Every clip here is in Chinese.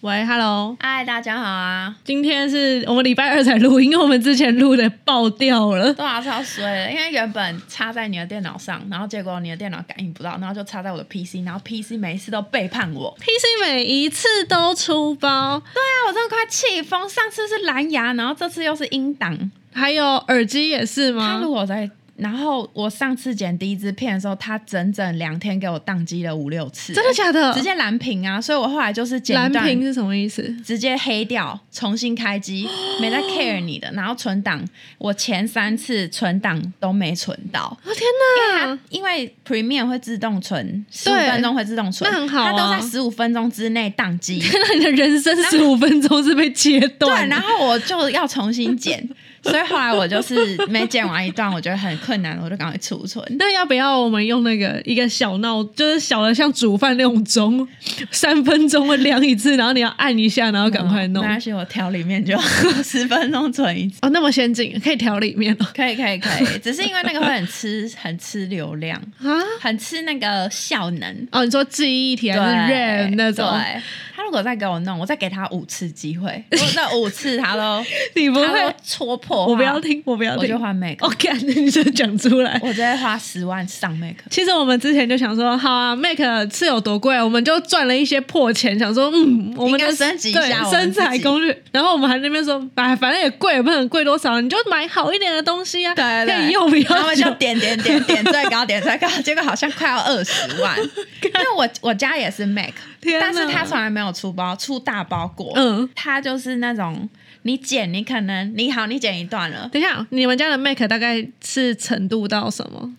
喂，Hello，嗨，大家好啊！今天是我们礼拜二才录，因为我们之前录的爆掉 了。对啊，超衰的，因为原本插在你的电脑上，然后结果你的电脑感应不到，然后就插在我的 PC，然后 PC 每一次都背叛我。 PC 每一次都出包，对啊，我真的快气疯！上次是蓝牙，然后这次又是音档。还有耳机也是他吗？如果在，然后我上次剪第一支片的时候，他整整两天给我宕机了五六次，真的假的？直接蓝屏啊！所以我后来就是剪蓝断屏是什么意思？直接黑掉，重新开机，没在 care 你的。然后存档，我前三次存档都没存到，我、哦天哪！因为 Premiere 会自动存，十五对分钟会自动存，那很好啊它都在十五分钟之 内宕 机。天哪，你的人生十五分钟是被切对，断的。然后我就要重新 剪，所以后来我就是没剪完一段，我觉得很困难，我就赶快储存。那要不要我们用那个一个小闹，就是小的像煮饭那种钟，三分钟会量一次，然后你要按一下，然后赶快弄。嗯没关系，我调里面就十分钟存一次。嗯哦，那么先进，可以调里面哦。 可以可以可以，只是因为那个会很吃很吃流量，啊，很吃那个效能。哦，你说记忆体还对是 RAM 那种？对，他如果再给我弄，我再给他五次机 会，如果那五次他都 你不他会都，戳破，我不要，听，我不要我就听。换 Mac，我感你就讲出来。我直接花十万上 Mac。其实我们之前就想说，好啊，Mac 是有多贵，我们就赚了一些破钱，想说，嗯，我们应的该升级一下对我们自己身材攻略。然后我们还在那边说，哎，反正也贵，也不能贵多少，你就买好一点的东西啊，对可对，以用比 他较们久就。点点点点最高点最高，结果好像快要二十万。 因为我我家也是 Mac，天哪但是他从来没有出包出大包过。嗯，他就是那种你剪，你可能你好，你剪一段了，等一下，你们家的 Mac 大概是程度到什么？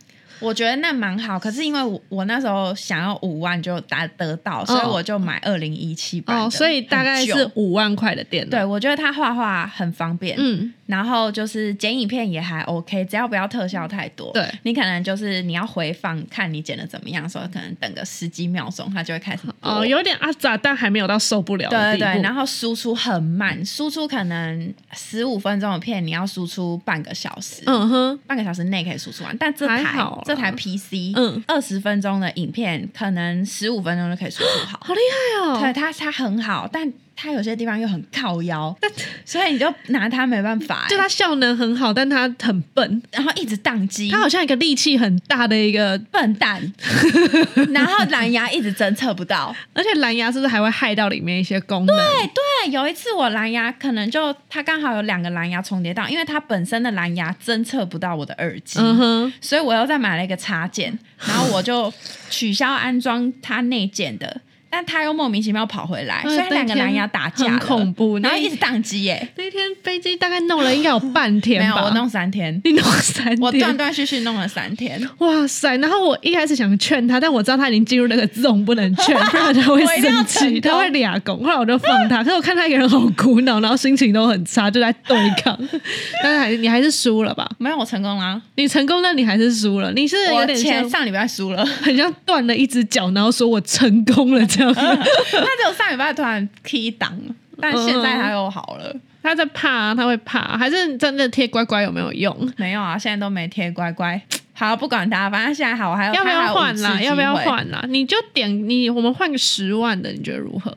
我觉得那蛮好，可是因为我我那时候想要五万就达得到，所以我就买二零一七版的哦，所以大概很是旧五万块的电脑。对，我觉得它画画很方便，嗯，然后就是剪影片也还 OK，只要不要特效太多。对，你可能就是你要回放看你剪的怎么样的时候，可能等个十几秒钟，它就会开始播哦，有点阿杂，但还没有到受不了的对对地步。对，然后输出很慢，输出可能十五分钟的片，你要输出半个小时。嗯哼，半个小时内可以输出完，但这台还好啦这台 PC，嗯二十分钟的影片可能十五分钟就可以输出好。好厉害哦！对它，它很好，但它有些地方又很靠腰，所以你就拿它没办法、欸。就它效能很好，但它很笨，然后一直宕机，它好像一个力气很大的一个，笨蛋，然后蓝牙一直侦测不到。而且蓝牙是不是还会害到里面一些功能？对对，有一次我蓝牙可能就它刚好有两个蓝牙重叠到，因为它本身的蓝牙侦测不到我的耳机。嗯哼，所以我又再买了一个 插件，然后我就取消安装它内建的，但它又莫名其妙跑回来，哎所以它两那个天蓝牙打架了很恐怖然那后一直宕机耶，那天飞机大概弄了应该有半天没有，吧，我弄三天， 你弄三我断天。断续续弄了三天，哇塞！然后我一开始想劝他，但我知道他已经进入那个这种不能劝，不然他会 我一定要生气，成功他会俩拱。后来我就放他，可是我看他一个人好苦恼，然后心情都很差，就在对 抗。但是还是你还是输了吧？没有，我成功啦，你成功，但你还是输了。你是有我点前像上礼拜输了。很像断了一只脚，然后说我成功了这样。嗯他只有上礼拜突然 key 档，但现在他又好了。 他在怕、啊他会怕，还是真的贴乖乖有没有用？没有啊，现在都没贴乖乖。好，不管他，反正现在好，我呃还有要不要换他还有五次啦？机会要不要？换啦？你就点你，我们换个十万的，你觉得如何？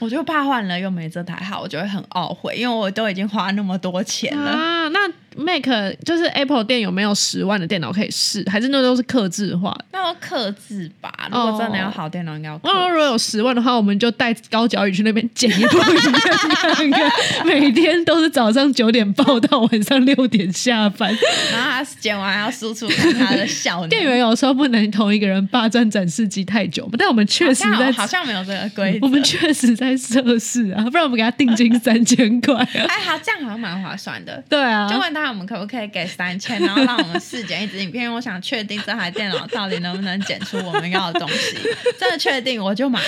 我就怕换了又没这台好，我就会很懊悔，因为我都已经花那么多钱了。啊，那 Mac 就是 Apple 店有没有十万的电脑可以试？还是那都是克制化的？那要克制吧，哦如果真的要好电脑，应该要克制。那如果有十万的话，我们就带高脚椅去那边剪一部影片看看，每天都是早上九点报到，晚上六点下班。然后他剪完还要输出看他的 效能。店员有时候不能同一个人霸占展示机太久嘛，但我们确实好在像，好像没有这个规则。我们确实在测试啊，不然我们给他定金三千块 啊。哎，好，这样好像蛮划算的。对就啊，问他我们可不可以给三千，然后让我们试剪一支影片，因为我想确定这台电脑到底能不能剪出我们要的东西。真的确定我就买，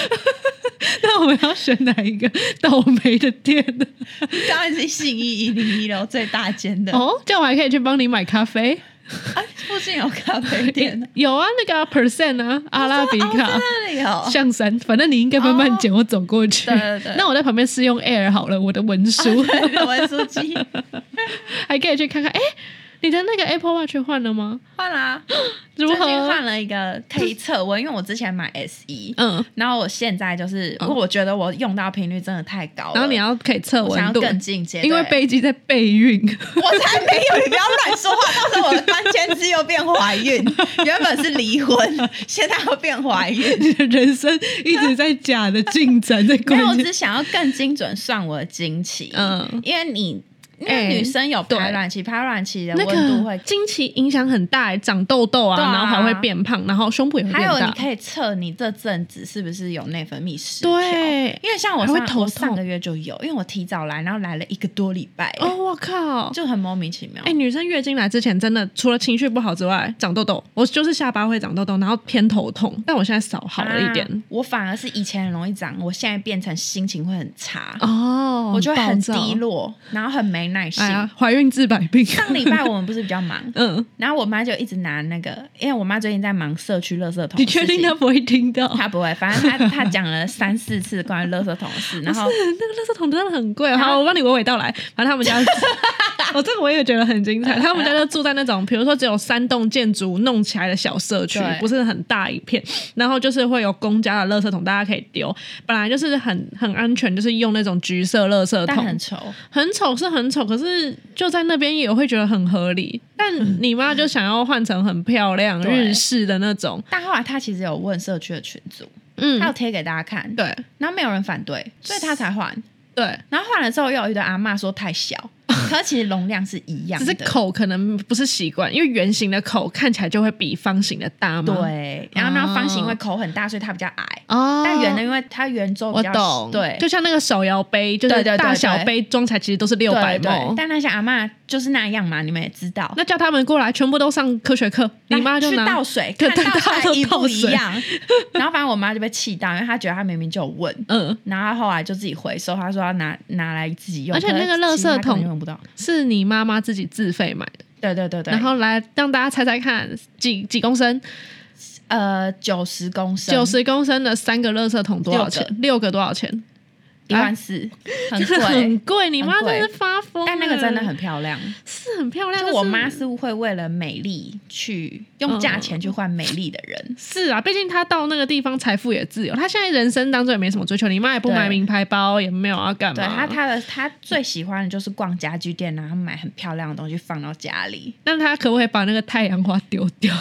那我们要选哪一个倒霉的店呢？当然是信义一零一楼最大间的。哦，这样我还可以去帮你买咖啡。哎，附近有咖啡店，有啊，那个啊 Percent 啊，阿拉比哦在卡。那里哦。象山，反正你应该慢慢剪，我走过去。对对对啊那我在旁边试 用 Air 好了，我的文书、对文书机，还可以去看看。哎，你的那个 Apple Watch 换了吗？换啦、如最何？近换了一个可以测温，因为我之前买 S 一，嗯，然后我现在就是，嗯因为我觉得我用到频率真的太高了，然后你要可以测我想温要度，更进阶，因为对贝基在备孕， 我才没有，你不要乱说话，到时候我翻千之又变怀孕， 原本是离婚， 现在又变怀孕。你的人生一直在假的进展，在没有，我关键。只想要更精准算我的经期，嗯，因为你。因哎为女生有排卵期，排卵期的那温度会个，经期影响很大、长痘痘啊，对啊然后还会变胖，然后胸部也会还变有你大，可以测你这阵子是不是有内分泌失调。对，因为像我还上会头我痛上个月就有，因为我提早来，然后来了一个多礼拜，哦，我靠！就很莫名其妙。哎、女生月经来之前，真的除了情绪不好之外，长痘痘，我就是下巴会长痘痘，然后偏头痛，但我现在少好了一点。啊我反而是以前很容易长，我现在变成心情会很差，哦，啊我就会很暴躁低。落，然后很没耐心。哎呀，怀孕治百病。，上礼拜我们不是比较忙 嗯，然后我妈就一直拿那个，因为我妈最近在忙社区垃圾桶。你确定她？不会听到？她不会，反正她她讲了三四次关于垃圾桶 的事，然后不是那个垃圾桶真的很啊贵。好，我帮你娓娓道来。反正他们 家，我、这个我也觉得很精 彩。他们家就住在那种，比如说只有三栋建筑弄起来的小社区对，不是很大一片。然后就是会有公家的垃圾桶，大家可以丢。本来就是很很安全，就是用那种橘色垃圾但桶，很丑，很丑是很丑，可是就在那边也会觉得很合理。但你妈就想要换成很漂亮嗯对日式的那种，但后来她其实有问社区的群组，嗯她，有贴给大家看，对然后没有人反对，所以她才换。对，然后换了之后又有一堆阿嬷说太 小，可其实容量是一样只的，是口可能不是习惯，因为圆形的口看起来就会比方形的大嘛。，对，然后然后方形因为口很大，所以它比较矮，哦，但圆的因为它圆周比我较懂，对，就像那个手摇杯，就是对对对大小对杯装起来其实都是六百对对毛。但那些阿嬷就是那样嘛，你们也知道。那叫他们过来，全部都上科学课，你妈就去拿倒水，对看对倒大家出都来一倒不一水样。然后反正我妈就被气到，因为她觉得她明明就有问，嗯，然后她后来就自己回收，她说要拿拿来自己用，而且那个可是其实垃圾她根本桶用不到。是你妈妈自己自费买的，对对对对，然后来让大家猜猜看几几公升，呃九十公升，九十公升的三个垃圾桶多少钱？六个多少钱？一万四，很啊 很贵。贵，你妈很贵真是发疯了。但那个真的很漂亮，是很漂亮，就我但是妈是会为了美丽去用价钱去换美丽的人，是啊，毕竟她到那个地方财富也自由，她现在人生当中也没什么追求，你妈也不买对名牌包，也没有要干嘛。对她她的她嗯最喜欢的就是逛家具店，然后买很漂亮的东西放到家里。那她可不可以把那个太阳花丢掉？。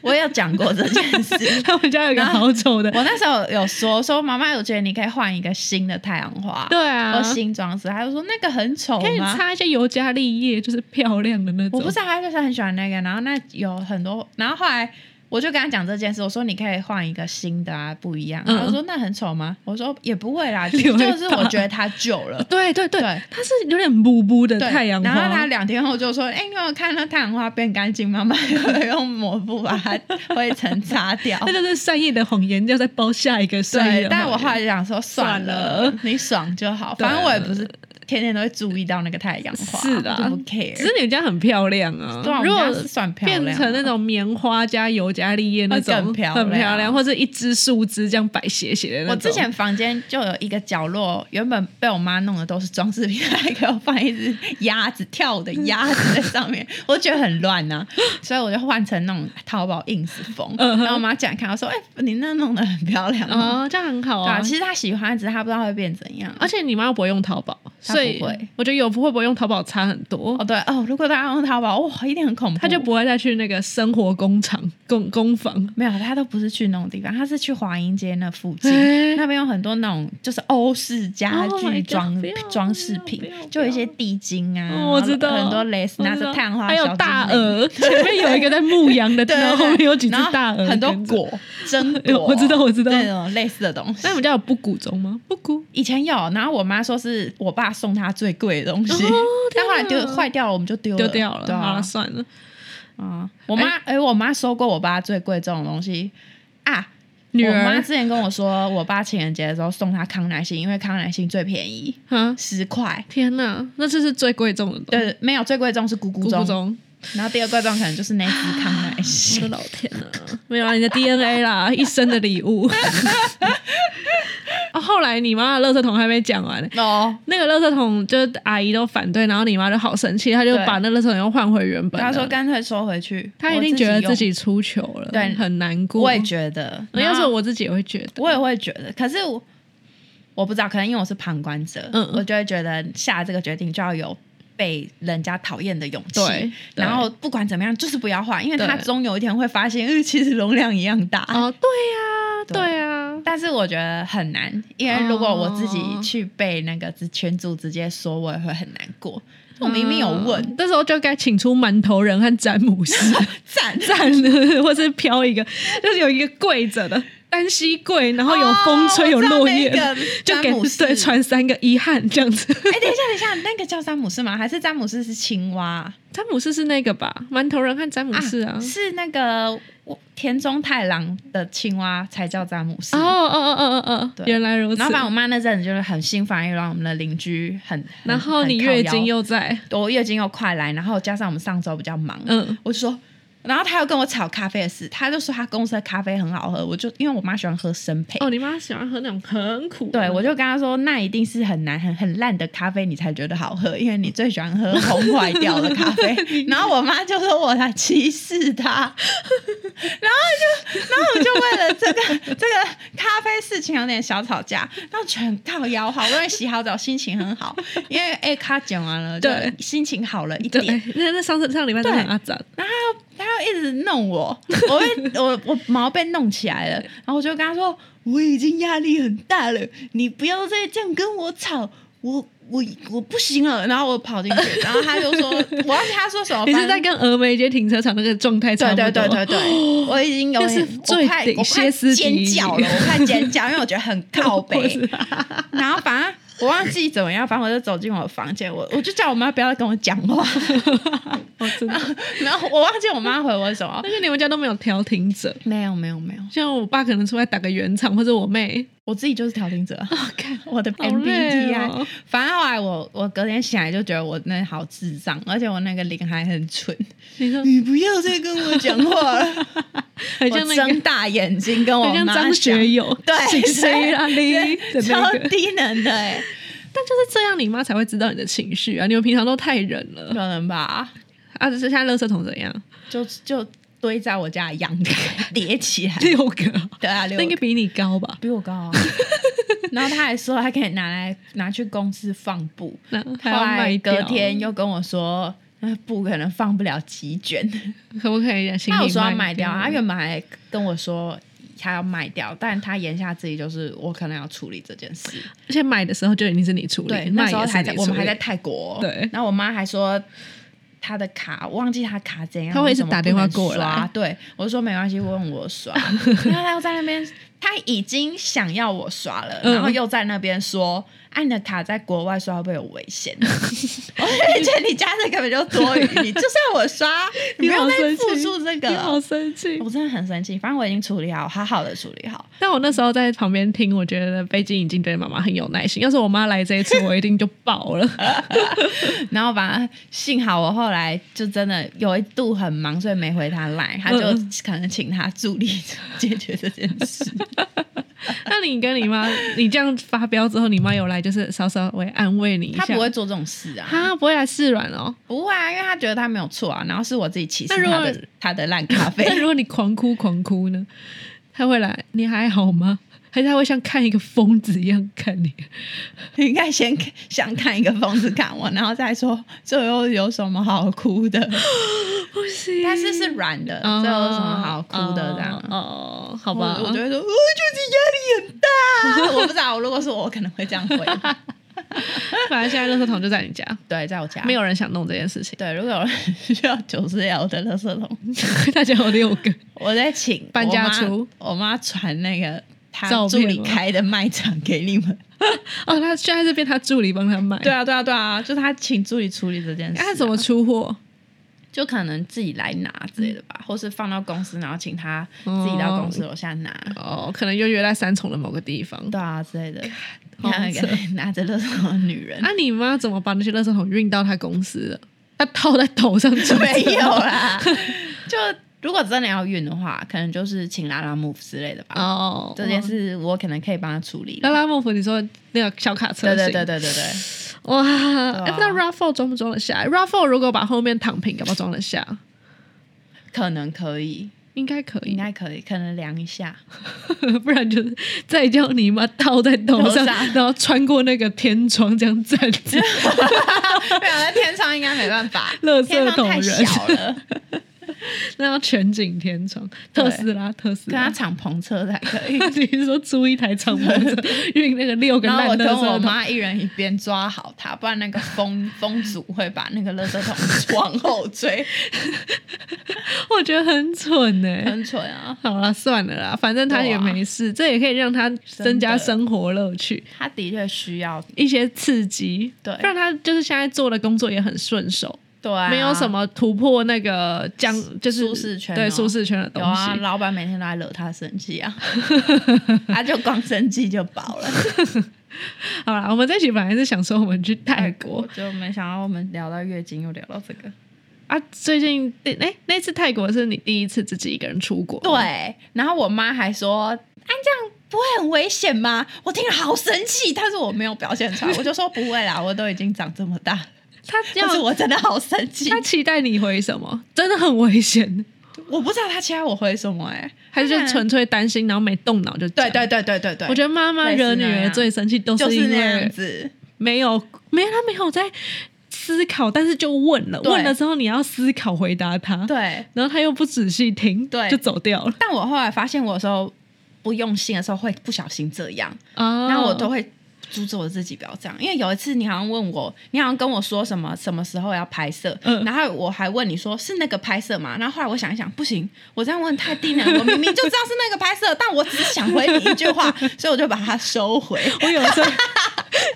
我有讲过这件事 他们家有一个好丑的，我那时候有说说妈妈，我觉得你可以换一个新的太阳花，对啊或，新装饰。她就说那个很丑可以吗？擦一些尤加利叶，就是漂亮的那种。啊我不知道，她就是很喜欢那个。然后那有很多，然后后来我就跟她讲这件事，我说你可以换一个新的啊，不一样。嗯她说那很丑吗？我说也不会 啦，就留一把是我觉得它旧了。对对对对，它是 有点布布的对，太阳花。然后他两天后就说：“哎、你有没有看到太阳花变干净吗？妈 妈用抹布把它灰尘擦掉。 那就是善意的谎言，要再包下一个善意对的谎言。，但我后来就想说，算了，算了你爽就好，对反正我也不是天天都会注意到那个太阳花，是的我就不 care。只是你们家很漂亮啊对啊，我，们如家果是算漂亮变的，成那种棉花加尤加利叶那种，会更漂亮很漂亮，或者一只树枝这样摆斜斜的那种。我之前房间就有一个角落，原本被我妈弄的都是装饰品，还给我放一只鸭子跳舞的鸭子在 上面，我觉得很乱呐、所以我就换成那种淘宝 ins 风。嗯哼然后我妈讲看，我说：“哎、你那弄得很漂亮吗哦，这样很好对啊，啊。其实她喜欢，只是她不知道会变怎样。而且你妈又不会用淘宝，她所以不会我觉得有不会不会用淘宝差很多哦，。对哦，如果大家用淘宝，哇，一定很恐怖。她就不会再去那个生活工厂、工工坊。没有，她都不是去那种地方，她是去华阴街那附近，哎那边有很多那种就是欧式家 Oh my 具 God，装、不要装饰品不要不要，就有一些地巾啊，哦，我知道，很多蕾丝，我拿知道着太阳花，还有小精灵大，鹅，前面有一个在牧羊 的，对然后对后对，面有几只然后大鹅，很多。 果，真哎呦果，我知道我知道那种类似的东西那。你们家有布谷钟吗？布谷以前有，然后我妈说是我爸送她最贵的东西哦，但后来天丢啊坏掉了，我们就丢丢掉对了，好啊了，，算了。啊，我妈，哎，我妈收过我爸最贵这种东西啊。女我妈儿之前跟我说，我爸情人节的时候送她康乃馨，因为康乃馨最便宜，啊，十块。天哪，那这是最贵重的东西。对，没有最贵重是咕咕咕咕钟，钟，然后第二贵重可能就是那只康乃馨我。 的老天啊！没有啊，你的 DNA 啦，一生的礼物。 哦，后来你妈的垃圾桶还没讲完呢。哦，那个垃圾桶就是阿姨都反对，然后你妈就好生气，她就对把那垃圾桶又换回原本的。他说干脆收回去，她一我定觉得自用。己出糗了，对很难过。我也觉得，呃要是我自己也会觉得，我也会觉得，可是我我不知道，可能因为我是旁观者，嗯嗯我就会觉得下这个决定就要有被人家讨厌的勇气。对，对然后不管怎么样，就是不要换，因为他对终有一天会发现，嗯，其实容量一样大。哦，对对呀，对啊呀，但是我觉得很难，因为如果我自己哦去被那个群主直接说，我也会很难过。我明明有问，嗯，这时候就该请出馒头人和詹姆斯赞、站的，或是飘一个，就是有一个跪着的单膝跪，然后有风吹、哦有落叶我知道那的个，就给詹姆斯对穿三个遗憾这样子。哎、等一下，等一下，那个叫詹姆斯吗？还是詹姆斯是青蛙啊？詹姆斯是那个吧？馒头人和詹姆斯啊。是那个我田中太郎的青蛙才叫詹姆斯。哦哦哦哦哦哦，对嗯原来如此。然后反正我妈那阵子就是很心烦意乱，我们的邻居很，很然后你月经，又在，很靠腰我月经又快来，然后加上我们上周比较忙，嗯，我就说，然后她又跟我吵咖啡的事，她就说她公司的咖啡很好喝，我就因为我妈喜欢喝生培，哦，你妈喜欢喝那种很苦的，对我就跟她说，那一定是很难很很烂的咖啡你才觉得好喝，因为你最喜欢 喝红坏掉的咖啡。然后我妈就说我在歧视她， 然后就，然后我就为了这个这个咖啡事情有点小吵架，然后全靠腰好，不容易洗好澡，心情很好，因为哎，卡讲完了，就对心情好了一对点。，那那上次上礼拜真的很阿杂，然后他又一直弄我， 我被我我毛被弄起来了，然后我就跟他说，我已经压力很大了，你不要再这样跟我吵，我我我不行了。然后我跑进 去，然后他就说，我要他说什么？你是反正在跟峨眉街停车场那个状态差对不多，对对对对，我已经有那是点最我快顶我快歇斯底里尖叫了，我快尖叫，因为我觉得很 靠我北知。 然后反正我忘记怎么样，反正我就走进我的房间，我我就叫我妈不要跟我讲话， 我真的。然后我忘记我妈回我什么。 但是你们家都没有调停者，没有没有没有，像我爸可能出来打个圆场，或者我妹，我自己就是 调停者。 我的好累 MBTI，、哦反正后来我我隔天醒来就觉得我那好智障，而且我那个脸还很蠢。你说你不要再跟我讲话了， 很像那我个睁大眼睛跟我很像妈张讲学 友，对，请谁对让你的对那超个，低能的、欸，但就是这样，你妈才会知道你的情绪啊！你们平常都太忍可了能吧？ 啊！只是现在垃圾桶怎样？就就堆在我家的阳台叠起来，六个，对啊，六那应该个比你高吧？比我 高啊。然后他还说他可以拿来拿去公司放布，那还后要卖来掉隔天又跟我说，那布可能放不了几卷，可不可以啊？请他有你说要卖卖掉，他原本还跟我说他要卖掉，但他言下之意就是我可能要处理这件事。而且买的时候就已经是你处理，对，那卖时候也是还你在处理我们还在泰国，对然后我妈还说。她的卡，我忘记她卡怎样，她会一直为什么打电话过不能来刷对我就说没关系，问 我刷。然后她又在那边，她已经想要我刷了，嗯然后又在那边说：“哎、你的卡在国外刷会不会有危险？”啊 我就觉得你家这根本就多余，你就是要我刷，你你不好要再生气付出这你好个。生气。我真的很生气，反正我已经处理好，好好的处理好。但我那时候在旁边听，我觉得北京已经对妈妈很有耐心。要是我妈来这一 次，我一定就爆了。然后反正幸好我后来就真的有一度很忙，所以没回他来，他就嗯可能请他助力 解决这件 事。 那你跟你妈，你这样发飙之后，你妈有来就是稍稍微安慰你一下，他不会做这种事啊，她不会来示软 哦。不会啊，因为他觉得他没有错啊，然后是我自己歧视那如果他的他的烂咖啡。但如果你狂哭狂哭呢，她会来，你还好吗？还是她会像看一个疯子一样看你？你应该先看想看一个疯子看我，然后再说这又有什么好哭的？不行， 但是是软的，哦这有什么好哭的？这样。嗯哦，哦好我吧，嗯我就会说，我就是压力很大。啊 我不知道，如果是我，我可能会这样回。反正现在垃圾桶就在你家， 对，在我家没有人想弄这件事 情。对，如果有人需要九十 L 的垃圾桶，大家有六个，我在请搬家出我妈，我妈传那个她照助片理吗开的卖场给你们。哦，他现在是变他助理帮他买， 对啊，对啊，对啊，就是她请助理处理这件事、啊那他怎么？出货？就可能自己来拿之类的吧，或是放到公司，然后请她自己到公司楼下拿。哦，可能就约在三重的某个地方。对啊，之类的，好 看那个拿着垃圾桶的女人 啊，你妈怎么把那些垃圾桶运到他公司的？他套在头上 没有啦，就如果真的要运的话，可能就是请拉拉 move 之类的吧。 哦，这件事我可能可以帮他处理拉了。拉木夫，你说那个小卡车对型，对对对对对，哇！啊哎、不知道 Raffle 装不装得下？Raffle 如果把后面躺平，要不要装得下？可能可以，应该可应以，该可以，可能量一下。 不然就是再叫你妈倒在头头上，上然后穿过那个天窗这样站 着。对啊，在天上应该没办 法，垃圾天上桶太人小了，那要全景天窗，特斯拉，特斯跟他拉。敞篷车才可 以。 你是说租一台敞篷 车运那个六个然后我烂跟垃我圾桶？妈一人一边抓好它，不然那个风 风阻会把那个垃圾桶往后追，我觉得很蠢呢、欸很蠢啊！ 好了，算了啦，反正他也没事，这也可以让他增加真生活乐趣， 他的确需要，一些刺激。对不然他就是现在做的工作也很顺手，对、啊，没有什么突破那个僵，就是舒适圈哦对舒适圈的东有西。啊，老板每天都在惹他生气 啊，他就光生气就饱 了。好啦，我们这期本来是想说我们去泰国我就没想到我们聊到月经又聊到这个。啊，最近哎、那次泰国是你第一次自己一个人出国，，对，然后我妈还说：“啊，这样不会很危险吗？”我听了好生气，但是我没有表 现出来，我就说不会啦，我都已经长这么大了。他但是要我真的好生气他，期待你回什么，真的很危险，我不知道他期待我回什么哎、还是就当然纯粹担心，然后没动脑就对讲对对对对对，我觉得妈妈惹女类似那儿样最生气都就是是因那样为子，没有没有她没有在思考，但是就问了，对问了之后你要思考回答她，对。然后她又不仔细听，对就走掉了但我后来发现，我有时候不用心的时候会不小心这样，啊然后我都 会阻止我自己不要这样，因为有一次你好像问我，你好像跟我说什么什么时候要拍摄，嗯然后我还问你说是那个拍摄吗？然后后来我想一想，不行，我这样问太低能，我明明就知道是那个拍摄，但我只是想回你一句话，所以我就把它收回，我有时候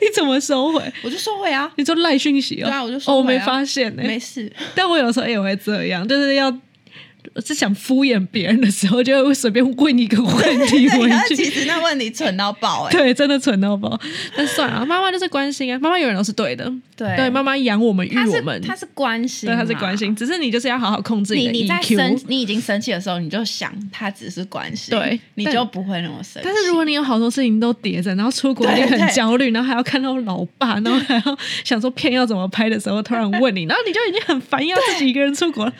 你怎么收回？我就收回啊， 你说赖讯息哦？对啊我就收哦，回啊我没发现呢、没 事，但我有时候也会这样，就是要是想敷衍别人的时候，就会随便问一个问题 对，回然后其去。实那问题蠢到 爆哎、对，真的蠢到爆。但算了，妈妈就是关心啊，妈妈永远都是对的。对对，妈妈养我们、育他我是们，他是关心对，嘛，她是关心，只是你就是要好好控制你的 E 你在生 EQ。你已经生气的时候，你就想他只是关心，对你但就不会那么生气。但是如果你有好多事情都叠着，然后出国对你很对焦虑，然后还要看到老爸，然后还要想说片要怎么拍的时候，突然问你，然后你就已经很烦，要自己一个人出国了，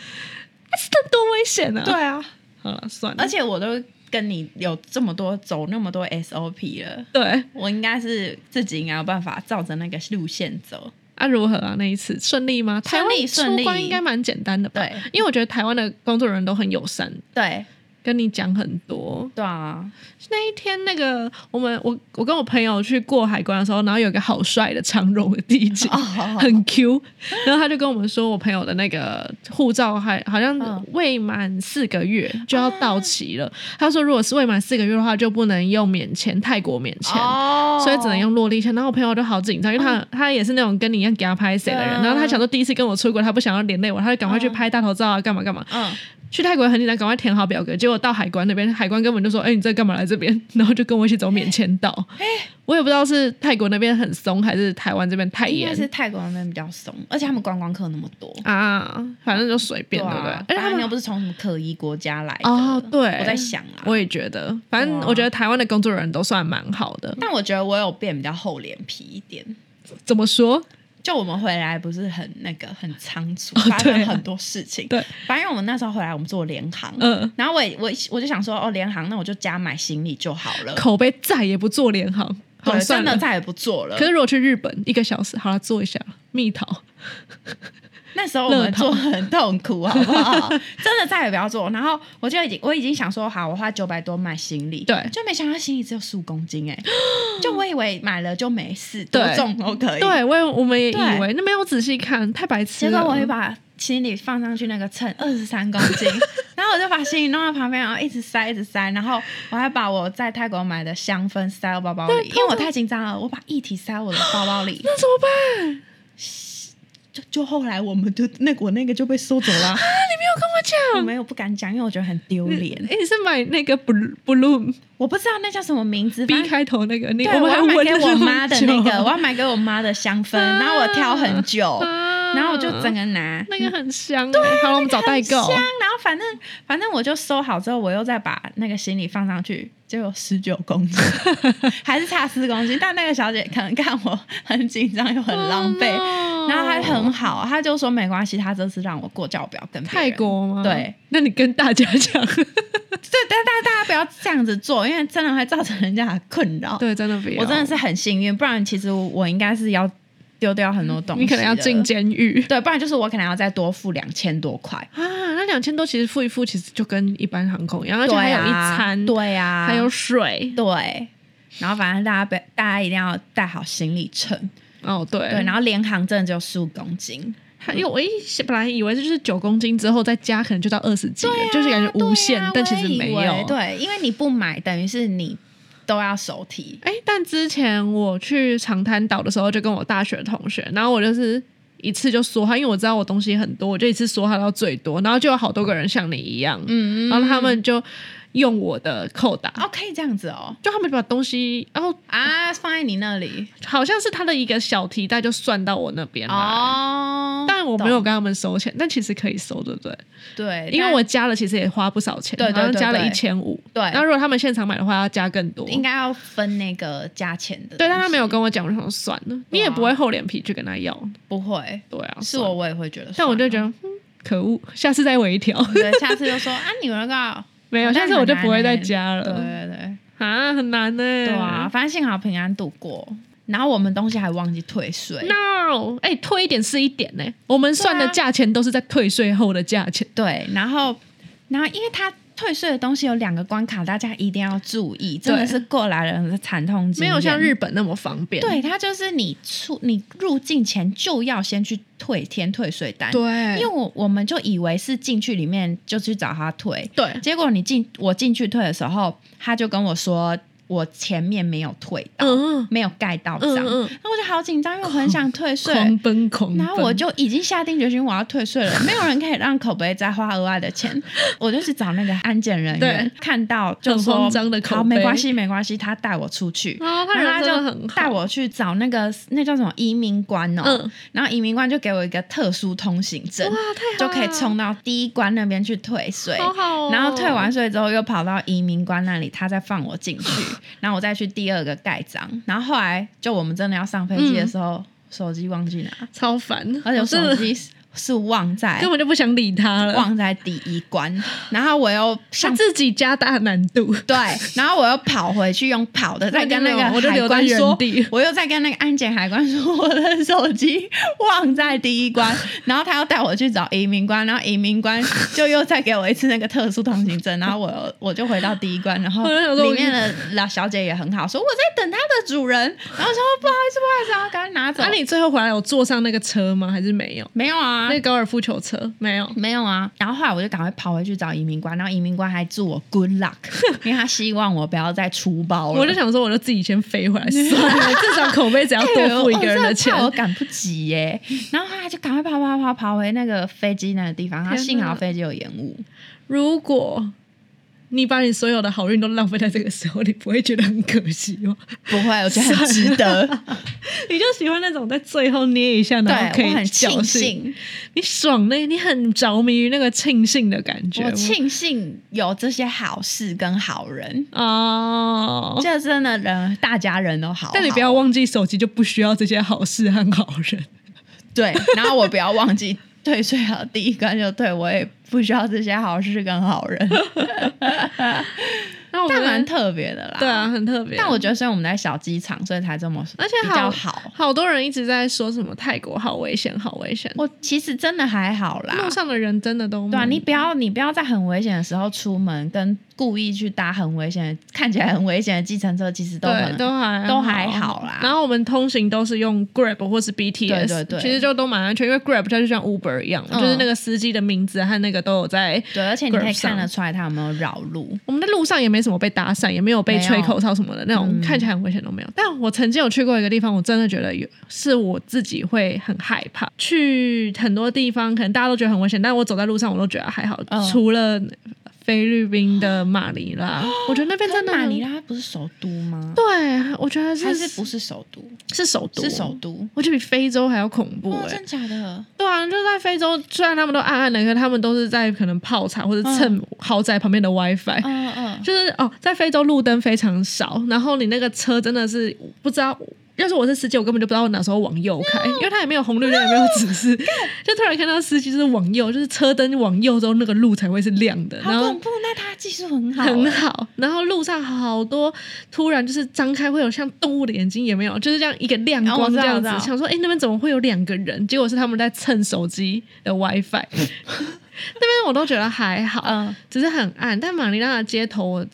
哎这多危险啊！对，啊，好了，算了而，且我都跟你有这么多走那么多 SOP 了，对我应该是自己应该有办法照着那个路线走。啊，如何啊？那一次顺利吗？台顺利湾顺出利关应该蛮简单的吧？对，因为我觉得台湾的工作人员都很友善，对跟你讲很多。对啊，那一天，那个我们我我跟我朋友去过海关的时候，然后有一个好帅的长荣的地勤，哦很 Q，然后他就跟我们说，我朋友的那个护照还好像嗯未满四个月就要到期了。他说，如果是未满四个月的话，就不能用免签，泰国免签。哦嗯所以只能用落地签，然后我朋友就好紧张，因为他、他也是那种跟你一样给他拍谁的人，对啊然后他想说第一次跟我出国，他不想要连累我，他就赶快去嗯拍大头照啊，干嘛干嘛。嗯，去泰国很简单，赶快填好表格。结果到海关那边，海关根本就说：“哎、你这干嘛来这边？”然后就跟我一起走免签 到。哎我也不知道是泰国那边很松，还是台湾这边太应该是严泰国那边比较松，而且他们观光客那么多，啊，反正就随便，对不对啊？而且他他们又们不是从什么可疑国家来的哦，对，我在，想啊，我也觉得，反正对啊我觉得台湾的工作人员都算蛮好的。但我觉得我有变比较厚脸皮一点。怎么说？就我们回来不是很那个很仓促哦，发生对啊很多事情。对，反正我们那时候回来，我们做联航，嗯， 然后我也我我就想说，哦，联航那我就加买行李就好了。口碑再也不做联行，好对，算真的了。再也不做了可。是如果去日本，一个小时，好了，坐一下蜜桃，那时候我们乐淘做很痛苦，好不 好？真的再也不要做。然后我就已经我已经想说，好，我花九百多买行李，对就没想到行李只有十五公斤、欸，哎，就我以为买了就没事，对多重都可以。，对我也我们也以对为那没有仔细看，太白痴结了。果我一把行李放上去那个秤，二十三公 斤，然后我就把行李弄到旁边，然后一直塞，一直塞，然后我还把我在泰国买的香氛塞到包包对里，因通常，为我太紧张了，我把液体塞我的包包里那怎么办？就就后来我们就那我那个就被收走了啊，你没有跟我 我讲，没有不敢讲，因为我觉得很丢脸。诶你是买那个 blue blue 我不知道那叫什么名字，反 B 正开头那个，那啊个对，我们还要买闻给了我妈的很那久个，我要买给我妈的香 氛，啊然后我挑很久，啊然后我就整个拿。那个很香、欸，对，好了，我们找代购很，香，然后反正反正我就收好之后，我又再把那个行李放上去，结果十九公 斤，还是差四公斤。但那个小姐可能看我很紧张又很浪费，哦然后她很好，她就说没关系，她这次让我过，叫我不要跟别泰人国吗？对，那你跟大家讲， 对，但大大家不要这样子做，因为真的会造成人家的困扰。对，啊真的不要，我真的是很幸运，不然其实我应该是要丢掉很多东西，你可能要进。监狱对，不然就是我可能要再多付两千多块，啊。那两千多其实付一付，其实就跟一般航空一样，而且还对有啊一餐，、对啊，还有水。对，然后反正大家不，大家一定要带好行李秤，哦，对，对，然后联航证只有十五公斤，还有我一本来以为就是九公斤之后再加，可能就到二十几了，就是感觉无限，对啊但其实没我也以为有。对，因为你不买，等于是你都要手提，哎，但之前我去长滩岛的时候，就跟我大学同学，然后我就是一次就说他，因为我知道我东西很多，我就一次说他到最多，然后就有好多个人像你一样，嗯然后他们就用我的扣打，哦，可以这样子哦，就他们就把东西，然后啊，放在你那里好像是他的一个小提袋就算到我那边来。哦，但我没有懂，跟他们收钱，但其实可以收，对不对？对，因为但我加了，其实也花不少钱，对对好像对加了对一千五。对然后如果他们现场买的话，要加更多。应该要分那个加钱的东西，对，但他没有跟我讲，我就想算了，你也不会厚脸皮去跟他要。不会，对啊，啊是算了我，我也会觉得算了，但我就觉得，嗯、可恶，下次再围一条。对，下次就说啊，你们那个 没有，好像欸下次我就不会再加对了。对对。啊，很难呢、对啊，反正幸好平安度过。然后我们东西还忘记退税， ，No，哎、退一点是一点呢、我们算的对啊价钱都是在退税后的价钱。对，然后然后因为他退税的东西有两个关卡，大家一定要注意，真的对是过来人的惨痛经没验有像日本那么方便。对，它就是你出你入境前就要先去退填退税单，对因为我我们就以为是进去里面就去找他退，对结果你进我进去退的时候，他就跟我说我前面没有退到，嗯没有盖到章，嗯嗯嗯然后我就好紧张，因为我很想退税，狂奔狂奔，然后我就已经下定决心我要退税 了，没有人可以让口碑再花额外的钱。我就去找那个安检人员，看到就说很慌张的口碑好，没关系，没关系，他带我出去。啊，他然人后真的他很就好，带我去找那个那叫什么移民官哦，嗯然后移民官就给我一个特殊通行证，哇，太就好可以了冲到第一关那边去退税。好好、哦，然后退完税之后，又跑到移民官那里，他再放我进去， 然后我再去第二个盖章。然后后来就我们真的要上飞机的时候，手机忘记拿，超烦，而嗯且我我真手的机是忘在 根本就不想理他了，忘在第一关，然后我又他上自己加大难度，对，然后我又跑回去用跑的，再跟那个我就没有我就海关留在说原地，我又再跟那个安检海关说 我的手机忘在第一关，然后他又带我去找移民官，然后移民官就又再给我一次那个特殊通行证，然后我又我就回到第一关，然后我就想说里面的老小姐也很好，说我在等她的主人，然后说不好意思不好意思，然后赶快拿走那、，啊你最后回来有坐上那个车吗？还是没有？没有啊那，个高尔夫球车没有？没有啊，然后后来我就赶快跑回去找移民官，然后移民官还祝我 good luck，因为他希望我不要再出包了。我就想说，我就自己先飞回来算 了，至少口碑只要多付一个人的钱哎。我真的怕我赶不及耶。 然后他就赶快跑跑跑跑回那个飞机那个地方，然后天幸哪好飞机有延误。如果你把你所有的好运都浪费在这个时候，你不会觉得很可惜吗？不会，我觉得很值得， 你就喜欢那种在最后捏一下，然后可对以我很侥庆幸，你爽嘞，你很着迷于那个庆幸的感觉。我庆幸有这些好事跟好人。啊哦，这真的人，大家人都好好但你不要忘记，手机就不需要这些好事和好人。对，然后我不要忘记退税了，第一关就退，我也不需要这些好事跟 好人。那我但蛮们特别的啦。对啊，，很特别。但我觉得虽然我们在小机场，所以才这么，而且比好较好。好多人一直在说什么泰国好危险，好危险。我其实真的还好啦。路上的人真的都对啊，蛮你不要你不要在很危险的时候出门，跟故意去搭很危险的、看起来很危险的计程车，其实都对，很都还都还好啦然后我们通行都是用 Grab 或是 BTS，对对对其实就都蛮安全，因为 Grab 它就像 Uber 一样嘛，嗯就是那个司机的名字和那个都有在。对，而且你可以 Grab 上看得出来他有没有绕路。我们在路上也没什么被搭讪，也没有被没有吹口哨什么的那嗯种，看起来很危险都没有。但我曾经有去过一个地方，我真的觉得有是我自己会很害怕。去很多地方可能大家都觉得很危险，但我走在路上我都觉得还好，嗯除了菲律宾的马尼拉，我觉得那边真的马很尼拉不是首都吗？对，我觉得还是是不是首都？是首都是首都。我觉得比非洲还要恐怖哦哎、，真假的？对啊，就在非洲，虽然他们都暗暗的，可他们都是在可能泡茶或者蹭豪宅旁边的 WiFi，、嗯嗯，就是哦，在非洲路灯非常少，然后你那个车真的是不知道。要是我是司机，我根本就不知道我哪时候往右开因为他也没有红绿灯，也没有指示就突然看到司机就是往右，就是车灯往右之后，那个路才会是亮的，然好后恐怖！那他技术很好欸，很好。然后路上好多突然就是张开会有像动物的眼睛，也没有，就是这样一个亮哦我光知这道样子。我知道想说，哎、那边怎么会有两个人？结果是他们在蹭手机的 WiFi。那 边我都觉得还好，嗯只是很暗。但马尼拉的街头，我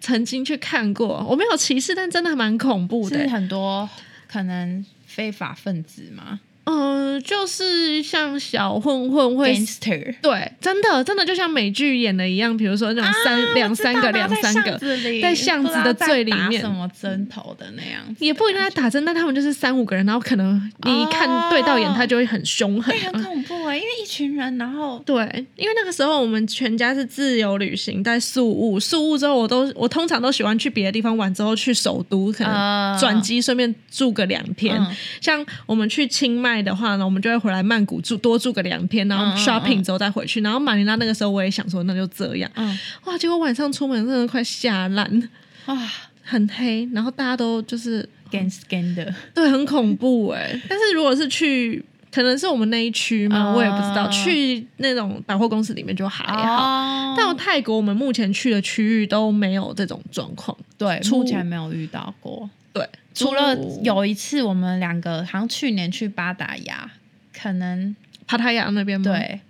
曾经去看过，我没有歧视，但真的蛮恐怖的、欸是很多可能非法分子嘛嗯、就是像小混混会。 ，gangster 对，真的，真的就像美剧演的一样，比如说那种三、啊两三个、两三个，在在巷子不知道的在最里打面什么针头的那样，也不一定在打针，但他们就是三五个人，然后可能你一看哦对到眼，他就会很凶狠哎，很啊、恐怖哎，因为一群人，然后对，因为那个时候我们全家是自由旅行，在宿务，宿务之后我都我通常都喜欢去别的地方玩，之后去首都可能啊转机，顺便住个两天。嗯像我们去清迈的话呢，我们就会回来曼谷住多住个两天，然后嗯嗯 shopping 之后再回去。然后马尼拉那个时候我也想说那就这样，嗯哇，结果晚上出门真的快吓烂，哇很黑，然后大家都就是，gang gang 的，对，很恐怖哎、但是如果是去，可能是我们那一区嘛，嗯我也不知道。去那种百货公司里面就还好。哦哎但泰国我们目前去的区域都没有这种状况。对，出目前没有遇到过。对，哦除了有一次我们两个好像去年去巴达雅，可能帕塔亚那边吗？，对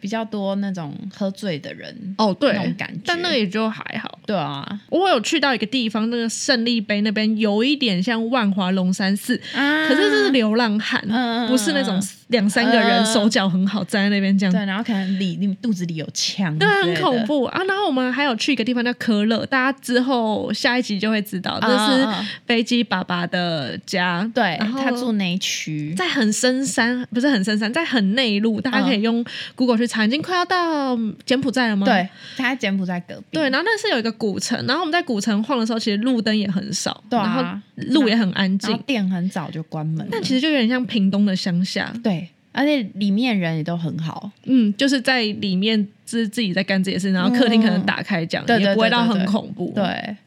比较多那种喝醉的人，哦对那种感觉。但那个也就还好。对啊，我有去到一个地方，那个胜利碑那边有一点像万华龙山寺，啊可是这是流浪汉，嗯嗯不是那种嗯两三个人嗯手脚很好站在那边这样对，然后可能里里肚子里有枪，对，很恐。怖啊！然后我们还有去一个地方叫科勒，大家之后下一集就会知道，这是嗯嗯飞机爸爸的家。对然后他住那一区，在很深山，不是很深山，在很内陆，大家嗯可以用 Google 去查，已经快要到柬埔寨了吗？对，他在柬埔寨隔壁。对，然后那是有一个古城，然后我们在古城晃的时候，其实路灯也很少，对啊然后路也很安然静后，店很早就关门了，但其实就有点像屏东的乡下，对，而且里面人也都很好，嗯，就是在里面自自己在干自己的事，然后客厅可能打开这样，嗯对对也不会对对到很对恐怖，对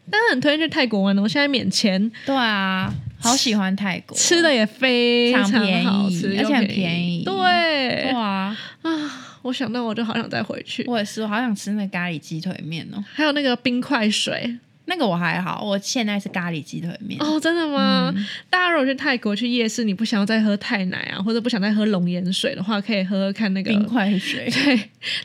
但是很推荐去泰国玩的，哦我现在免钱，对啊，好喜欢泰国，吃的也非常好吃，常便宜而且很又便便宜对哇，啊，我想到我就好想再回去。我也是，我好想吃那咖喱鸡腿面哦。还有那个冰块水那个我还好，我现在是咖喱鸡腿面。哦，真的吗？大家如果去泰国去夜市，你不想要再喝泰奶啊，或者不想再喝龙眼水的话，可以喝喝看那个冰。块水对，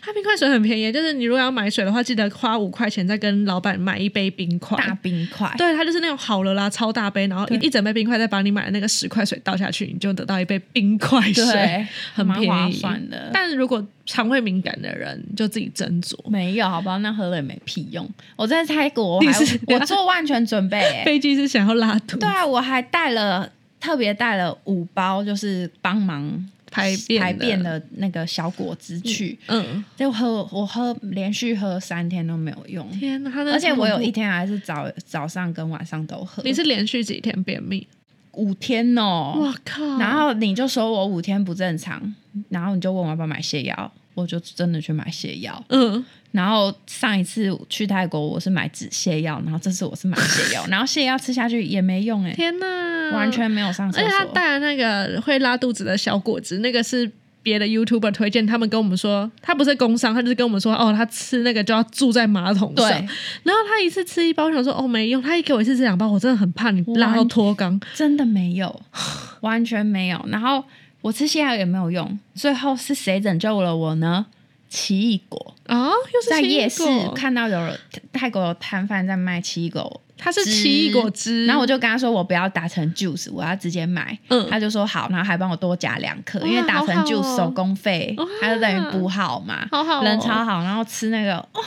它冰块水很便宜，就是你如果要买水的话，记得花五块钱再跟老板买一杯冰块。大冰块，对，它就是那种好了啦，超大杯，然后一对一整杯冰块，再把你买的那个十块水倒下去，你就得到一杯冰块水，对，很蛮便划宜。算的。但如果肠胃敏感的人，就自己斟酌。没有，好不好？那喝了也没屁用。我在泰国，我你还是我做万全准 备、欸。飞机是想要拉肚，对啊，我还带了特别带了五包，就是帮忙排便的排便的那个小果汁去。嗯，就喝我喝连续喝三天都没有用，天哪，他真的而且超我有恐一怖，天还是早早上跟晚上都喝。你是连续几天便秘？五天哦、我靠！然后你就说我五天不正常，然后你就问我要不要买泻药，我就真的去买泻药。嗯，然后上一次去泰国我是买止泻药，然后这次我是买泻药，然后泻药吃下去也没用哎、天哪，完。全没有上厕而且他所。带了那个会拉肚子的小果子，那个是别的 YouTuber 推荐，他们跟我们说，他不是工伤，他就是跟我们说，哦，他吃那个就要住在马桶上。对，然后他一次吃一包，我想说哦没用，他一给我一次吃两包，我真的很怕你拉到脱肛。真的没有，完全没有。然后我吃泻药也没有用，最后是谁拯救了我呢？奇异果，啊，又是在奇异夜市果看到有泰国有摊贩在卖奇异果，它是奇异果汁，然后我就跟他说我不要打成 juice，我要直接买。嗯他就说好，然后还帮我多加两颗，哇因为打成好好哦 juice 手工费哇，他就等于补好嘛，好好哦人超好，然后吃那个哦，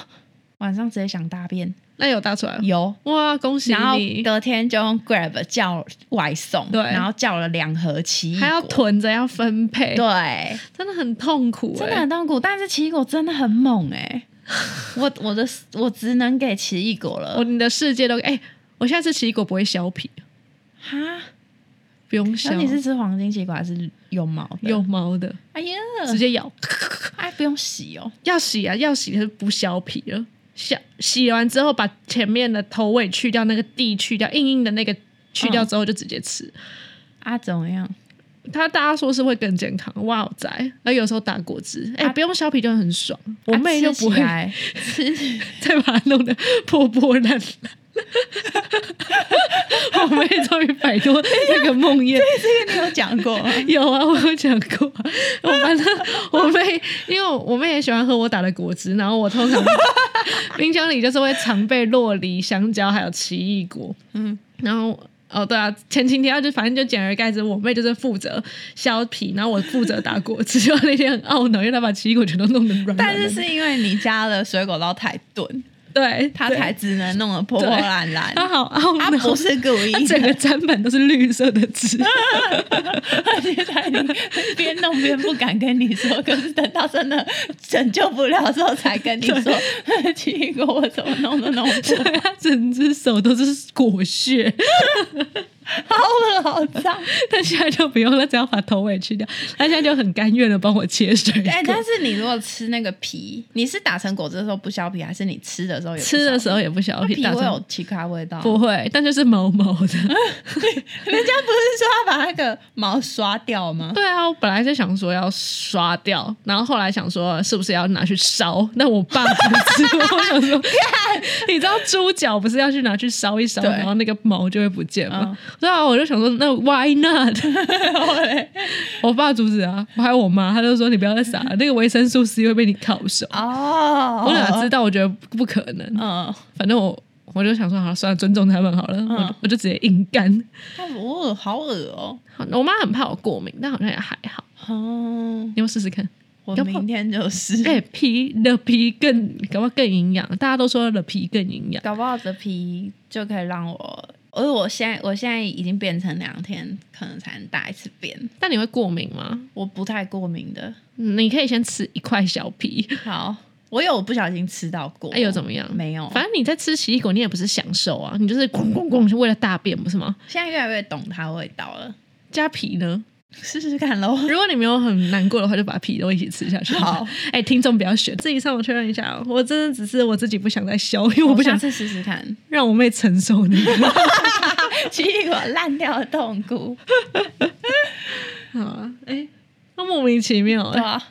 晚上直接想大便，那有打出来了，有。哇，恭喜然后嗯你！隔天就用 Grab 叫外送，对然后叫了两盒奇异果，还要囤着要分配，对，真的很痛苦、欸，真的很痛苦。但是奇异果真的很猛哎、 我我的我只能给奇异果了我你的世界都哎、我现在吃奇异果不会削皮，哈。不用削那，你是吃黄金奇异果还是有毛的？有，毛的，哎呀，直接咬， 哎，不用洗哦。要洗啊，要洗它是不削皮了，削洗完之后把前面的头尾去掉，那个蒂去掉，硬硬的那个去嗯掉之后就直接吃。啊，怎么样？它大家说是会更健康，哇哦塞！那有时候打果汁，哎、不用削皮就很爽。我妹就不会啊、 吃起来吃再把它弄得破破烂 烂。我妹终于摆脱那个梦魇，这个你有讲过 吗？有啊，我有讲过。我反正我妹，因为我妹也喜欢喝我打的果汁，然后我通常冰箱里就是会常备洛梨、香蕉还有奇异果。嗯，然后哦，对啊，前情提要就反正就简而概之，我妹就是负责削皮，然后我负责打果汁。 就那天很懊恼，因为她把奇异果全都弄得软软的但是是因为你家的水果刀太钝，对它才只能弄得破破烂烂。 她好懊它恼，不是故意她的，整个砧板都是绿色的 纸。现在你边弄边不敢跟你说，可是等到真的拯救不了之后，才跟你说。 结果我怎么弄都弄不对，她整只手都是果屑。好，好脏。但现在就不用了，只要把头尾去掉。他现在就很甘愿的帮我切水果。 哎、但是你如果吃那个皮，你是打成果汁的时候不削皮，还是你吃的时候也不削吃的时候也不那小皮心，打会成有其他味道？不会，但就是毛毛的。人家不是说要把那个毛刷 掉吗？对啊，我本来是想说要刷掉，然后后来想说是不是要拿去烧？那我爸不吃，我想 说，你知道猪脚不是要去拿去烧一烧，对嗯然后那个毛就会不见吗？对啊，我就想说，那 why not？我爸阻止啊，我还有我妈，她就说你不要再撒了，那个维生素 C 会被你烤熟。哦，我哪知？道？我觉得不可能。嗯，反正我我就想说，好了，算了，尊重他们好了，我就我就直接硬干。我恶好恶哦。好我妈很怕我过敏，但好像也还好。哦，你要不试试 看？我要不明天就是。哎、皮的皮更，搞不好更营养。大家都说的皮更营养，搞不好这皮就可以让我，而我现在我现在已经变成两天，可能才能打一次便。但你会过敏吗？我不太过敏的。你可以先吃一块小皮，好，我有不小心吃到过，哎、又怎么样？没有？反正你在吃奇异果，你也不是享受啊，你就是 咣咣咣，是为了大便，不是吗？现在越来越懂它味道了，加皮呢？试试看 喽。如果你没有很难过的话，就把皮都一起吃下去。好， 哎、听众不要选，自己上网确认一下哦。我真的只是我自己不想再削，因为我不想 下次试 试看，让我妹承受 那个。奇异果烂掉的痛苦，好啊，哎、那莫名其妙、对欸。啊，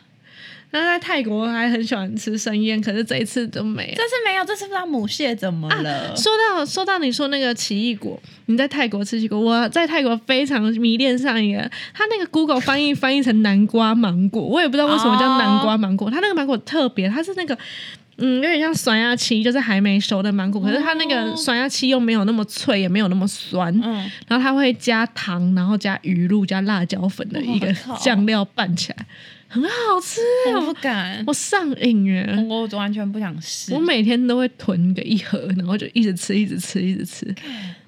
那在泰国还很喜欢吃生腌，可是这一次都没了这。次没有，这次不知道母蟹怎么 了。说到说到你说那个奇异果，你在泰国吃奇异果，我在泰国非常迷恋上一个，它那个 Google 翻译翻译成南瓜芒果，我也不知道为什么叫南瓜芒果，它那个芒果特别，它是那个。嗯，有点像酸鸭七，就是还没熟的芒果，可是它那个酸鸭七又没有那么脆，也没有那么酸，嗯，然后它会加糖，然后加鱼露、加辣椒粉的一个我靠酱料拌起来，很好吃，我不敢，啊我上瘾耶！我完全不想试我。每天都会囤个一盒，然后就一直吃，一直吃，一直吃。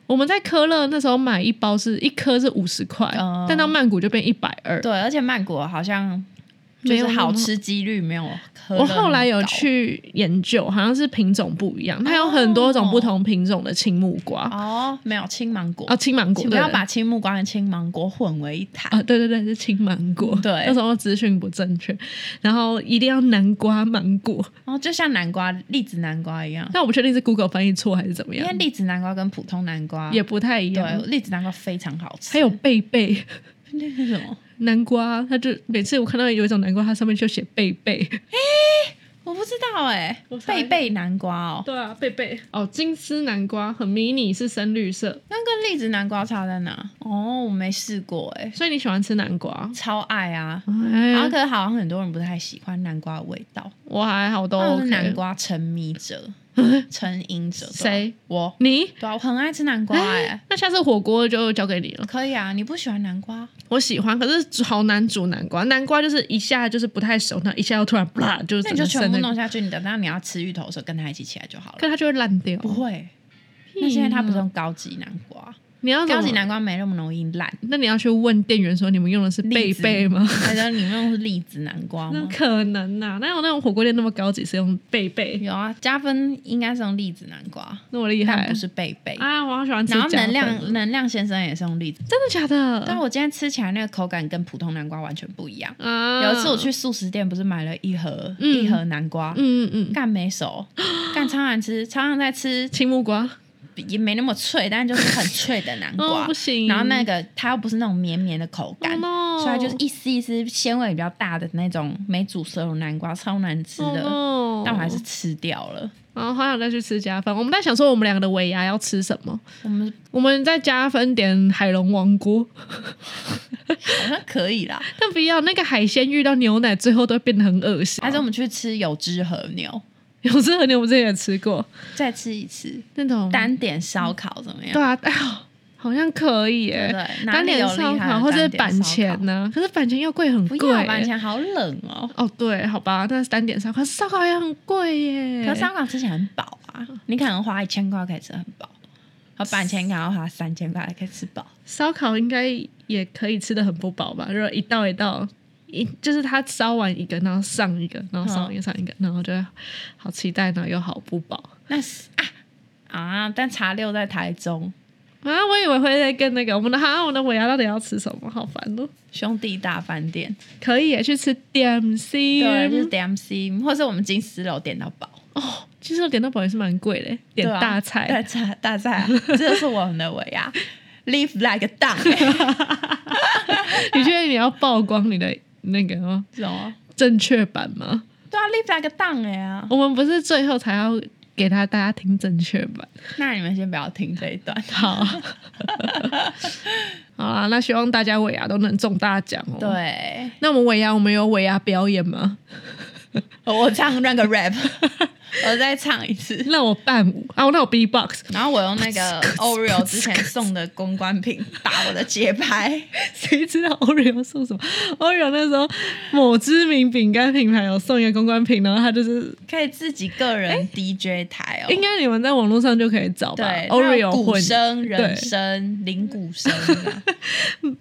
我们在科勒那时候买一包是一颗是五十块哦，但到曼谷就变一百二。对，而且曼谷好像就没有是那么好吃几率没有喝。我后来有，去研究，好像是品种不一样，它有很多种不同品种的青木瓜哦，没有青芒果哦，，青芒果。请不要对把青木瓜跟青芒果混为一谈。啊，对对对，是青芒果。对那时候资讯不正确，然后一定要南瓜芒果。哦，就像南瓜、栗子南瓜一样，但我不确定是 Google 翻译错还是怎么因样为，栗子南瓜跟普通南瓜也不太一对样。，栗子南瓜非常好吃。嗯还有贝贝。那是什么？南瓜，它就每次我看到有一种南瓜，它上面就写贝贝，我不不知道哎、我查一贝下贝南瓜哦，对啊，贝贝哦，金丝南瓜很迷你，是深绿色，那跟栗子南瓜差在哪？哦，我没试过哎、所以你喜欢吃南瓜？超爱啊！哎、然后可是好像很多人不太喜欢南瓜的味道，我还好都我哦 OK。是南瓜沉迷 者、成瘾者。对啊谁？我你对啊，我很爱吃南瓜哎、哎，那下次火锅就交给你了。可以啊，你不喜欢南瓜？我喜欢，可是煮好难煮南瓜，南瓜就是一下就是不太熟，那一下又突然啪，就是那整你就个全生部那弄个，下去，你等到你要吃芋头的时候，跟它一起起来就好了。可它就会烂掉。不会，屁那现在它不是呢用高级南瓜，你要怎高么级南瓜没那么容易烂。那你要去问店员说你们用的是贝栗子贝 吗？还有你们用的是栗子南瓜那吗？可能呐、哪有那种火锅店那么高级是用贝贝？有啊，加分应该是用栗子南瓜，那么厉但害不是贝贝。啊！我好喜欢吃然后加能分的量能量先生也是用栗子，真的假的？但我今天吃起来那个口感跟普通南瓜完全不一样。啊有一次我，去素食店，不是买了一盒、嗯一盒南瓜，嗯嗯嗯，干没 熟，干超难吃，超想在吃青木瓜，也没那么脆，但就是很脆的南 瓜。哦不行，哦然后那个它又不是那种绵绵的口感 no 所以它就是一丝一丝纤维比较大的那种没煮熟的南瓜，超难吃的。哦但我还是，吃掉了。然后好想再去吃加分。我们在想说我们两个的尾牙要吃什么？我们我们在加分点海龙王锅，好像可以啦，但不要那个海鲜遇到牛奶，最后都会变得很恶心。还是我们去吃有汁和牛，有这和牛，我们之前也吃过再吃一次那种单点烧烤怎么样？对啊，哎呦，好像可以对不耶。对，哪单里点有烧厉害烤的或者是单点板烧前烤？呢、可是板前要贵很不贵要耶，板前好冷哦。哦，对，好吧，那是单点烧烤，烧烤也很贵耶。可是烧烤吃起来很饱啊，嗯你可能花一千块可以吃很饱，和板前可能要花三千块可以吃饱。烧烤应该也可以吃的很不饱吧？如果一道一道，一就是它烧完一个，然后上一个，然后上一嗯个上一个，然后就好期待，然后又好不饱那是啊啊！但茶六在台中，啊！我以为会再跟那个我们的哈，我们的尾牙到底要吃什么？好烦哦！兄弟大饭店，可以耶去吃点心，对，就是 DMC，或是我们金丝楼点到饱，哦，其实我点到饱也是蛮贵的，点对啊大菜。大菜大菜 啊，这是我们的尾牙，Live like a dog，欸 你确定你要曝光你的那个吗什么？正确版吗？对啊，Live like a dog 哎 啊！我们不是最后才要给他大家听正确版？那你们先不要听这一段， 好，好啦，那希望大家尾牙都能中大奖哦。，对那我们尾牙，我们有尾牙表演吗？我唱那个 rap，我再唱一次。那我伴舞啊，那我 B box，然后我用那个 Oreo 之前送的公关品打我的节拍， 谁知道 Oreo 送什么？Oreo 那时候某知名饼干品牌有送一个公关品，然后他就是，可以自己个哎人 DJ 台哦。应该你们在网络上就可以找吧对，Oreo 它有鼓混声、人对，声、铃鼓声 啊，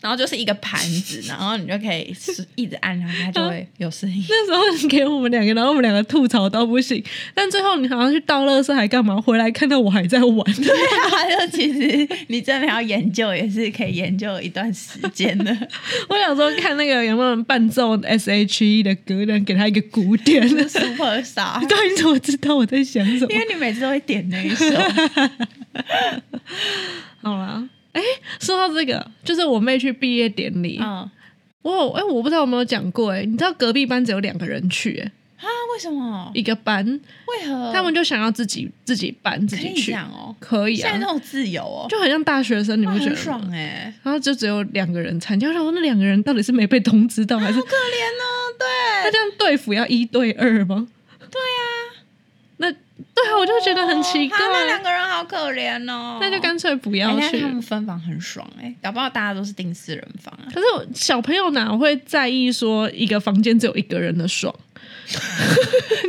然后就是一个盘子，然后你就可以是一直按它，它嗯就会有声音。 那时候你给我们两个，然后我们两个吐槽到不行，但最后你好像去倒垃圾还干嘛？回来看到我还在玩，对啊，就其实你真的要研究，也是可以研究一段时间的。 我想说看那个有没有人伴奏 S.H.E 的歌，然后给他一个鼓点。 你 Super Star，到底怎么知道我在想什么？因 为你每次都会点 那一首，好啦，哎、说到这个，就是我妹去毕业典礼，嗯我有哎、我不知道有没有讲过哎、你知道隔壁班只有两个人去、哎啊，为什么？一个班，为何他们就想要自己自己办自哦可己以这去，样哦？可以现在啊那，种自由哦，就很像大学生，你那不觉很得吗爽？哎，然后就只有两个人参加，我想说那两个人到底是没被通知到，还是好可怜哦，那对这样对付要一对二吗？对啊，那对啊，我就觉得很奇怪啊。那两个人好可怜哦，那就干脆不要哎但去。是他们分房很爽哎、搞不好大家都是订四人房 啊。可是我小朋友哪会在意说一个房间只有一个人的爽？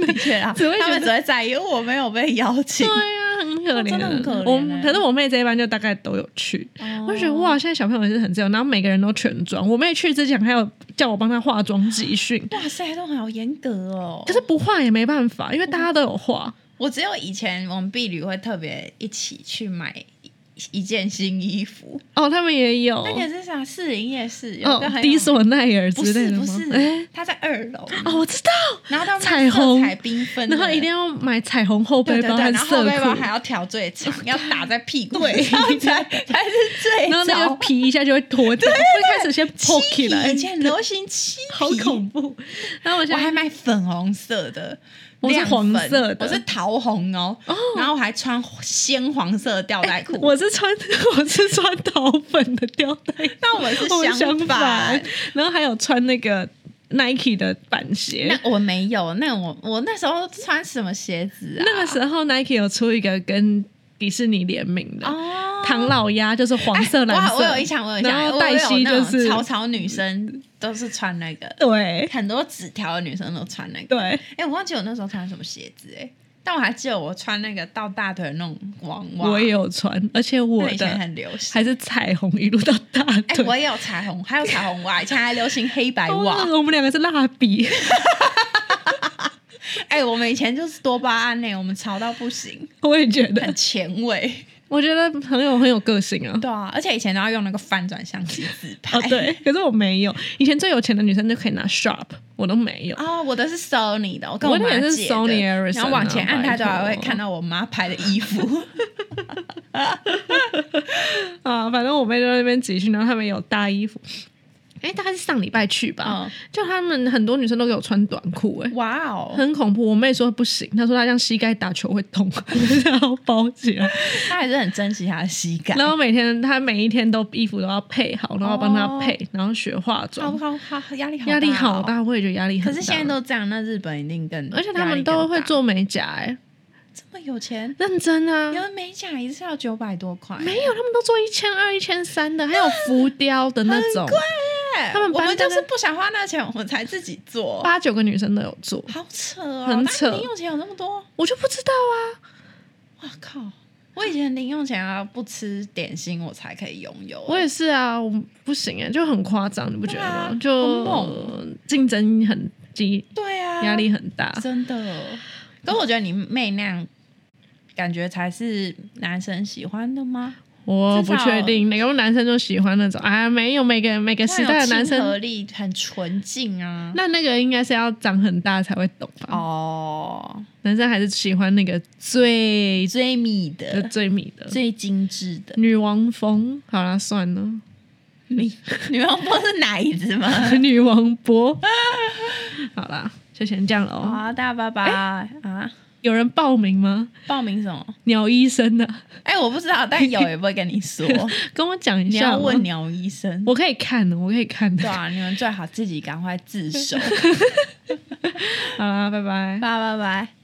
的确啊，只会觉他得们只会在意我没有被邀请对。呀、很可哦怜，真的很可怜我欸可是我妹这一班就大概都有去，哦我就觉得哇，现在小朋友也是很自由，然后每个人都全妆。我妹去之前还有叫我帮她化妆集训，哇塞，都好严格哦。可是不化也没办法，因为大家都有化。我只有以前我们婢女会特别一起去买一一件新衣服，哦，他们也有那个是啥？士林夜市有一个哦，很有迪索奈尔不之类是的吗？不是哎，它在二楼，哦，我知道，然后它卖彩虹色彩缤纷的，然后一定要买彩虹后对背对包对，和然后后色背包裤还。要调最长， 要打在屁股 对上才才是最然后那个早。皮一下就会脱掉，会开始先破起漆皮来以，前很流行漆皮，好恐怖。然后我现哎我在还买粉红色的，我是亮黄粉色的我是桃红哦，然后我还穿鲜黄色的吊带裤。 我是穿我是穿桃粉的吊带，那我们是我们相相反反，然后还有穿那个 Nike 的板鞋。那我没有，那我我那时候穿什么鞋子啊？那个时候 Nike 有出一个跟迪士尼联名的。哦，哎唐老鸭就是黄色、蓝色，我我有一场，我有一然场，后我黛有西那就种是潮潮女生都是穿那个，对很多纸条的女生都穿那个。对，哎、我忘记我那时候穿什么鞋子哎、但我还记得我穿那个到大腿的那种网袜，我也有穿，而且那我以前的很流行。还是彩虹一路到大哎、腿。我也有彩虹，还有彩虹袜，以前还流行黑白好 袜冷。我们两个是蜡笔， 哎、我们以前就是多巴胺呢、我们潮到不行，我也觉很得，前 卫。我觉得很有很有个性啊。对啊，而且以前都要用那个翻转相机自拍。哦，对， 可是我没有。以前最有钱的女生就可以拿 Sharp，我都没有。哦，我的是 Sony 的，我跟我的妈也借的。是 Sony Ericsson 然后往前啊按，拜它就还会托看到我妈拍的 衣服。啊，反正我妹就在那边集训，然后他们有搭衣服。哦哎、大概是上礼拜去吧，嗯就他们很多女生都给我穿短裤、哎， 哇哦，很恐怖。我妹说不行，她说她这样膝盖打球会痛， 然后包起来。她还是很珍惜她的膝盖。然后每天她每一天都衣服都要配好，然后帮她哦配，然后学化好妆，好好，压力好，哦压力哦好。大，哦我也觉得压力很可大。是现在都这样，那日本一定更，而且他们都会压力更大做美甲、哎，这么有钱，认真啊，有美甲一次要九百多块，没有，他们都做一千二、一千三的，还有浮雕的那种，对他们我们搬家就是不想花那钱，我们才自己做，八九个女生都有做，好扯哦，很那扯零用钱有那么多，我就不知道啊。哇靠！我以前零用钱要不吃点心我才可以拥有，我也是啊，我不行哎、就很夸张，你不觉得对吗啊？就好猛竞争很激，对啊，压力很大。真的。可我觉得你妹那样，感觉才是男生喜欢的吗？我至不少确定，每个男生就喜欢那种啊，没有每个每个时代的男那种亲和生，力很纯净啊。那那个应该是要长很大才会懂吧？哦，男生还是喜欢那个最最密就的、最米的最精致的。女王风。好啦，算了。你女王波是奶 子吗？ 女王波。 好啦，就先这样了好哦。啊，大家拜拜啊！有人报名吗？报名什么？鸟医生呢、啊？哎，我不知道，但有也不会跟你说。跟我讲一你下要嘛。问鸟医生。我可以看的，我可以看对的。啊，你们最好自己赶快自首。好啦，拜拜。拜拜拜。